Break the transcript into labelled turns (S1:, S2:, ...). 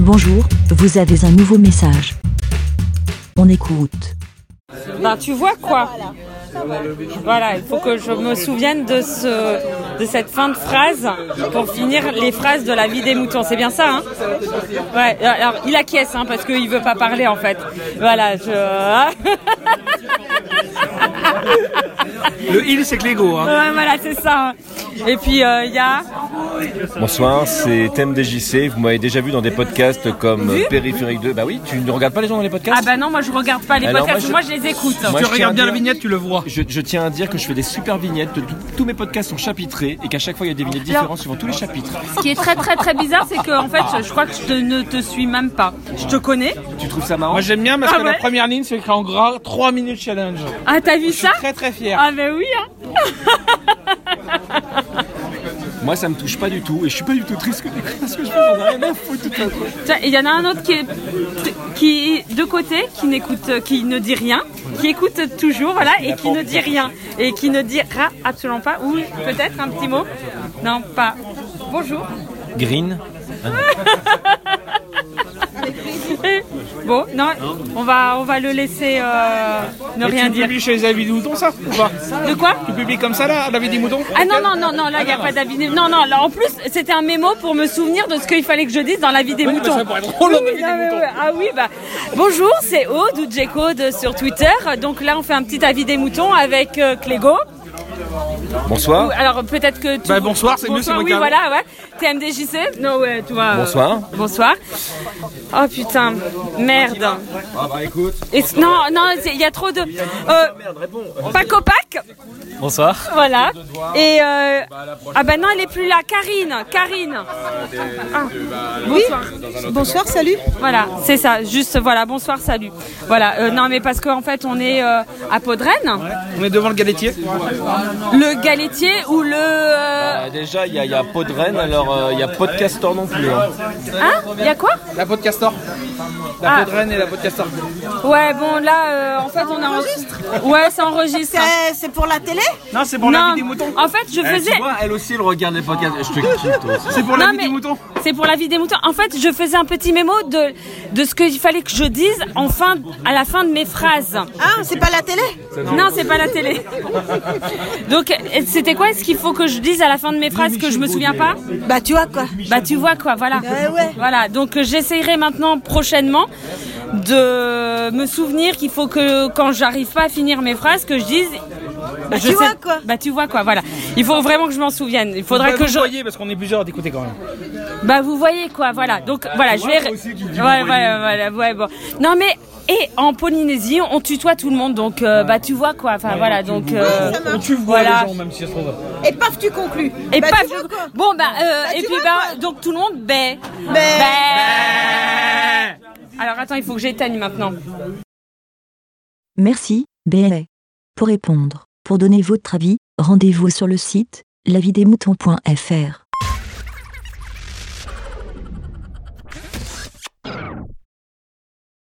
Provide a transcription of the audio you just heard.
S1: Bonjour, vous avez un nouveau message. On écoute.
S2: Ben, tu vois quoi Voilà, il faut que je me souvienne de, ce, de cette fin de phrase pour finir les phrases de la vie des moutons. C'est bien ça, hein Ouais, alors il acquiesce, hein, parce qu'il veut pas parler en fait. Voilà, je.
S3: Le il, c'est que l'ego. Hein.
S2: Ouais, voilà, c'est ça. Et puis, euh, il y a.
S4: Bonsoir, c'est TMDJC. Vous m'avez déjà vu dans des podcasts comme euh, Périphérique 2. Bah oui, tu ne regardes pas les gens dans les podcasts
S2: Ah bah non, moi je regarde pas les
S4: Alors,
S2: podcasts, moi
S4: moi,
S2: je...
S4: je-
S2: les écoute.
S4: Moi,
S3: Tu
S4: je tiens à
S3: regardes bien la
S4: dire-
S3: vignette, tu le vois.
S4: je, je tiens à dire que je fais des super vignettes. Tout- tous mes podcasts sont chapitrés et qu'à chaque fois, il y a des vignettes différentes suivant tous les chapitres.
S2: Ce qui est très très très bizarre, c'est que en fait, je- je crois que je te- ne te suis même pas. Je te connais.
S4: Tu trouves ça marrant
S3: Moi j'aime bien parce
S2: Ah
S3: que
S2: ouais
S3: la première ligne c'est écrit en gras 3 minutes challenge.
S2: Ah, t'as vu
S3: Je suis
S2: ça
S3: très très fier.
S2: Ah bah oui, hein.
S4: Moi, ça me touche pas du tout et je suis pas du tout triste que parce que je fais. J'en ai rien à foutre de toute façon.
S2: Tiens, Il y en a un autre qui est, qui est de côté, qui n'écoute, euh, qui ne dit rien, qui écoute toujours, voilà, et qui ne dit rien. Et qui ne dira absolument pas, ou peut-être un petit mot. Non, pas. Bonjour.
S4: Green.
S2: Bon, non, on va, on va le laisser euh, ne
S3: Et
S2: rien
S3: tu
S2: dire.
S3: publies chez les avis des moutons ça ou pas
S2: De quoi
S3: Tu publies comme ça là, l'avis des moutons
S2: Ah non, non, non, non, là, il n'y a pas d'avis des- Non, non, là, en plus, c'était un mémo pour me souvenir de ce qu'il fallait que je dise dans la vie des moutons.
S3: ça pourrait être drôle,
S2: Oui,
S3: la vie
S2: non,
S3: des
S2: mais
S3: moutons.
S2: ouais. Ah oui, bah. Bonjour, c'est Aude ou J-Code sur Twitter. Donc là, on fait un petit avis des moutons avec euh, Clégo.
S4: Bonsoir.
S2: Alors peut-être que tu.
S3: Ah. Bah, bonsoir, c'est mieux, c'est
S2: oui,
S3: moins
S2: voilà, ouais. TMDJC Non, ouais, tu vois. euh,
S4: Bonsoir.
S2: Bonsoir. Oh putain, merde.
S4: Ah bah écoute.
S2: Et c- non, non, c'est- il y a trop de. Euh, Paco Pac
S5: Bonsoir.
S2: Voilà. Et euh,
S3: Bah,
S2: ah ben non, elle est plus là. Karine, Karine.
S3: Euh,
S2: Ah.
S3: bah,
S2: Bonsoir.
S6: Bonsoir, salut.
S2: Voilà, c'est ça. Juste, voilà. Bonsoir, salut. Voilà. euh, non, mais parce qu'en fait, on est euh, à Podrenne,
S3: On est devant le galetier.
S2: le Galetier ou le.
S3: Bah,
S2: euh,
S4: déjà, il y a, il y a Podren, alors euh, il y a Podcaster non plus. hein.
S2: Hein Il y a quoi
S3: La podcaster.
S2: Ah.
S3: La podreine et la podcaster.
S2: Ouais, bon, là, euh, en fait, on enregistre. Ouais, ça enregistre.
S6: Euh, c'est pour la télé
S3: Non, c'est pour
S2: Non,
S3: l'avis des moutons. Eh,
S2: en fait, je faisais.
S4: Eh, elle aussi, elle regarde les podcasts. Je te quitte
S3: C'est pour
S2: Non,
S3: l'avis
S2: mais-
S3: des moutons.
S2: C'est pour la vie des moutons. En fait, je faisais un petit mémo de, de ce qu'il fallait que je dise en fin, à la fin de mes phrases.
S6: Ah, c'est pas la télé
S2: Non, c'est pas la télé. Donc, c'était quoi Est-ce qu'il faut que je dise à la fin de mes phrases que je me souviens pas
S6: Bah, tu vois quoi
S2: Bah, tu vois quoi, voilà.
S6: Ouais, ouais.
S2: Voilà, donc euh, j'essayerai maintenant prochainement de me souvenir qu'il faut que quand j'arrive pas à finir mes phrases, que je dise. Bah,
S6: tu vois quoi
S2: Bah, tu vois quoi, voilà. Il faut vraiment que je m'en souvienne. Il faudrait
S3: Bah,
S2: que
S3: vous
S2: je.
S3: voyez, parce qu'on est plusieurs à t'écouter quand même.
S2: Bah vous voyez quoi, voilà. Donc voilà, je vais. Ouais, ouais, voilà, ouais, bon. Non mais et en Polynésie, on tutoie tout le monde, donc euh, bah tu vois quoi. Enfin voilà, donc. euh,
S6: ça marche.
S3: On tu vois
S2: Voilà.
S3: les gens même si ça se trouve.
S6: Et paf, tu conclus.
S2: Et
S6: bah,
S2: pas
S6: tu vois
S2: vu-
S6: quoi
S2: Bon bah, euh,
S6: Bah,
S2: et
S6: tu
S2: puis
S6: vois
S2: bah
S6: quoi Bah.
S2: donc tout le monde baie. Baie. Alors attends, il faut que j'éteigne maintenant.
S1: Merci, BA. Pour répondre, pour donner votre avis, rendez-vous sur le site lavidemouton.fr.